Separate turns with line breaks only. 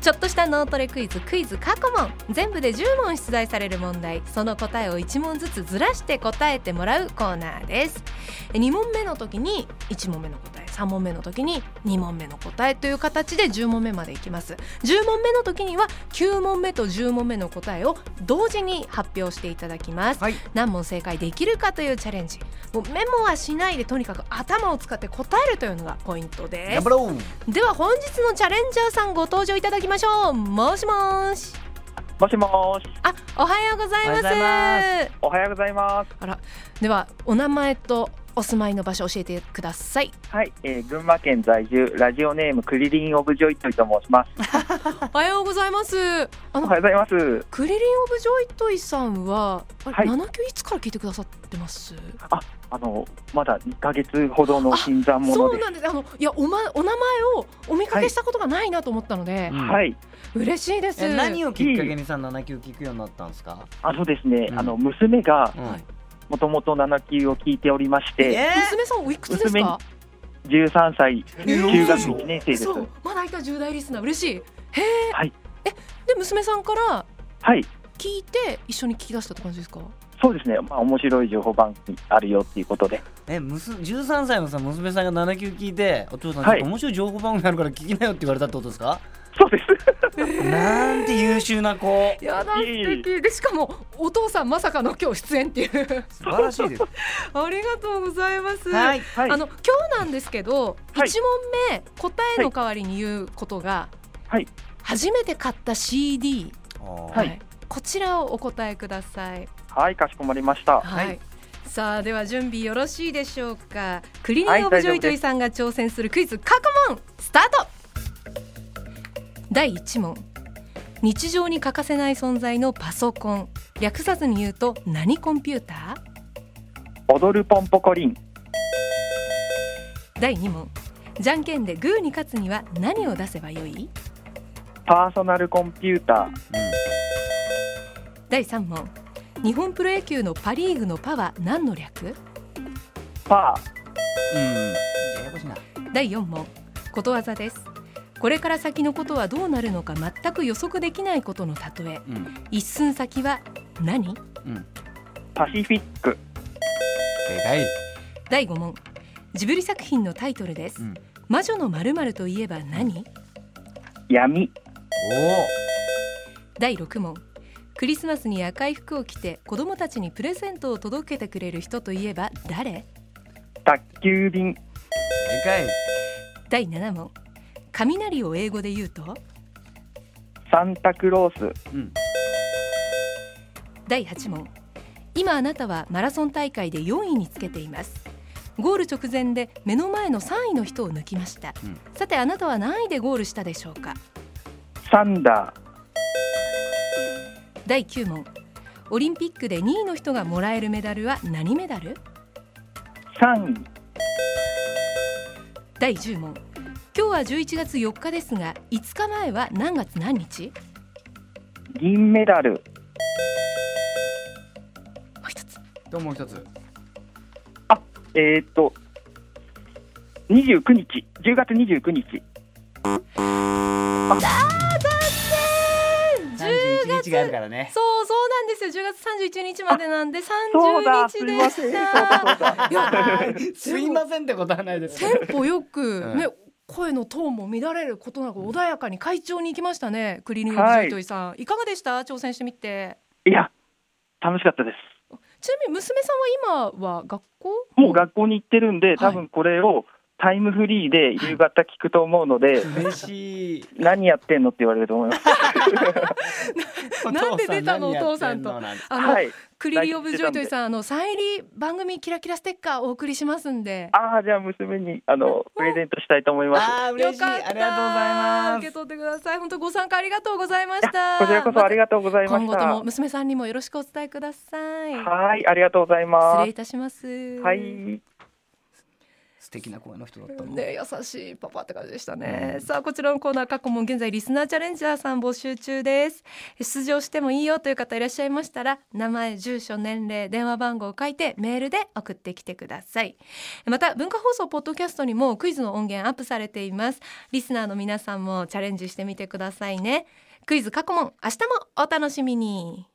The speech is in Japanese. ちょっとした脳トレクイズクイズ過去問全部で10問出題される問題その答えを1問ずつずらして答えてもらうコーナーですえ2問目の時に1問目の答え3問目の時に2問目の答えという形で10問目までいきます10問目の時には9問目と10問目の答えを同時に発表していただきます
はい
何問正解できるかというチャレンジもうメモはしないでとにかく頭を使って答えるというのがポイントで
頑
す
張ろう
では本日のチャレンジャーさんご登場いただきましょうもしもーし
もしもーし、
あおはようございます
おはよ
おはようございます。
ではお名前とお住まいの場所教えてください
はい、えー群馬県在住、ラジオネームクリリンオブジョイトイと申します。
おはようございますあ
お
の
はようございます。
クリリン・オブ・ジョイトイさんはあれ、
はい
7級いつから聞いてくださってます
あの、まだ2ヶ月ほどの新参者
そう
で
なんですあのいやお,、ま、お名前をお見かけしたことがないなと思ったので、
うん
はい、
嬉しいです
え何をきっかけにさ7級聞くようになったんですか、
あのですね、
うん
あの娘が
うん
はい
もともと7級を聞いておりまして、
え
娘さんおいくつです
娘に
か
13歳、
ー
中学1年生です。
そうまだいた重大リスナー嬉しいへえ、
はい
えで娘さんから
はい、
聞いて一緒に聞き出したって感じですか
そうですね、まあ面白い情報番組あるよっていうことで、
えむす13歳のさ娘さんが7級聞いてお父さん、
はい
ちょっと面白い情報番組あるから聞きなよって言われたってことです か
そうです。
なんて優秀な子
やだ
だいい
素敵でしかもお父さんまさかの今日出演っていう
素晴らしいです
ありがとうございます
はい
はい
あ、の今日なんですけど、一
はい
1問目答えの代わりに言うことが、
はい
初めて買った CD、
は
はいい
こちらをお答えください、
はい、かしこまりました。
はい
はい
さあでは準備よろしいでしょうかクリリン・オブ・ジョイトイさんが挑戦するクイズ過去問スタート第1問日常に欠かせない存在のパソコン略さずに言うと何コンピューター
踊るポンポコリン、
第2問じゃんけんでグーに勝つには何を出せばよい
パーソナルコンピュータ
第3問日本プロ野球のパ・リーグの「パ」は何の略
ー、パー。
うんややこしいな
第4問ことわざですこれから先のことはどうなるのか全く予測できないことの例え
うん
一寸先は何
うん
パシフィック、
正解
第5問ジブリ作品のタイトルです、
うん
魔女の〇〇といえば何
闇、
第6問クリスマスに赤い服を着て子供たちにプレゼントを届けてくれる人といえば誰
宅急便、
お正解
第7問雷を英語で言うと
サンタクロース、
うん
第8問今あなたはマラソン大会で4位につけていますゴール直前で目の前の3位の人を抜きました、
うん
さてあなたは何位でゴールしたでしょうか
サンダ
第9問オリンピックで2位の人がもらえるメダルは何メダル
ー、3位、
第10問今日は11月4日ですが5日前は何月何日
銀メダル、
もう一つ
ともう一つ
えー、っと、29日、10月29日、
31日があるからね
そうそうなんですよ10月31日までなんで
そうだ、す
30
い
日で
ません、そう
し
だ、そう
た
だ、
いや
すいませんってことはないですけど
テンポよ く、
うん
ね、声のトーンも乱れることなく穏やかに会長に行きましたね。クリリンオブジョイトイさん、い、かがでした？挑戦してみて。
いや、楽しかったです。
ちなみに娘さんは今は学校？
もう学校に行ってるんで、多分これをタイムフリーで夕方聞くと思うので、
嬉しい
何やってんのって言われると思います。
なんで出たの
お父さん
お父さんと
何やってんのなんて
あの、
はい、
クリリンオブジョイトイさんあの再入り番組キラキラステッカーお送りしますんで。
ああ、じゃあ娘にあのプレゼントしたいと思います。
あー
よ
嬉しい
かった
ありがとうございます
受け取ってください。本当ご参加ありがとうございまし
いや
た。
こちらこそありがとうございまし
今後とも
た。
娘さんにもよろしくお伝えください。
はい、ありがとうござい
失
ま
礼いたします。
す。はい。
素敵な声の人だったの、
ね、優しいパパって感じでしたね、さあこちらのコーナー過去問現在リスナーチャレンジャーさん募集中です出場してもいいよという方いらっしゃいましたら名前住所年齢電話番号を書いてメールで送ってきてくださいまた文化放送ポッドキャストにもクイズの音源アップされていますリスナーの皆さんもチャレンジしてみてくださいねクイズ過去問明日もお楽しみに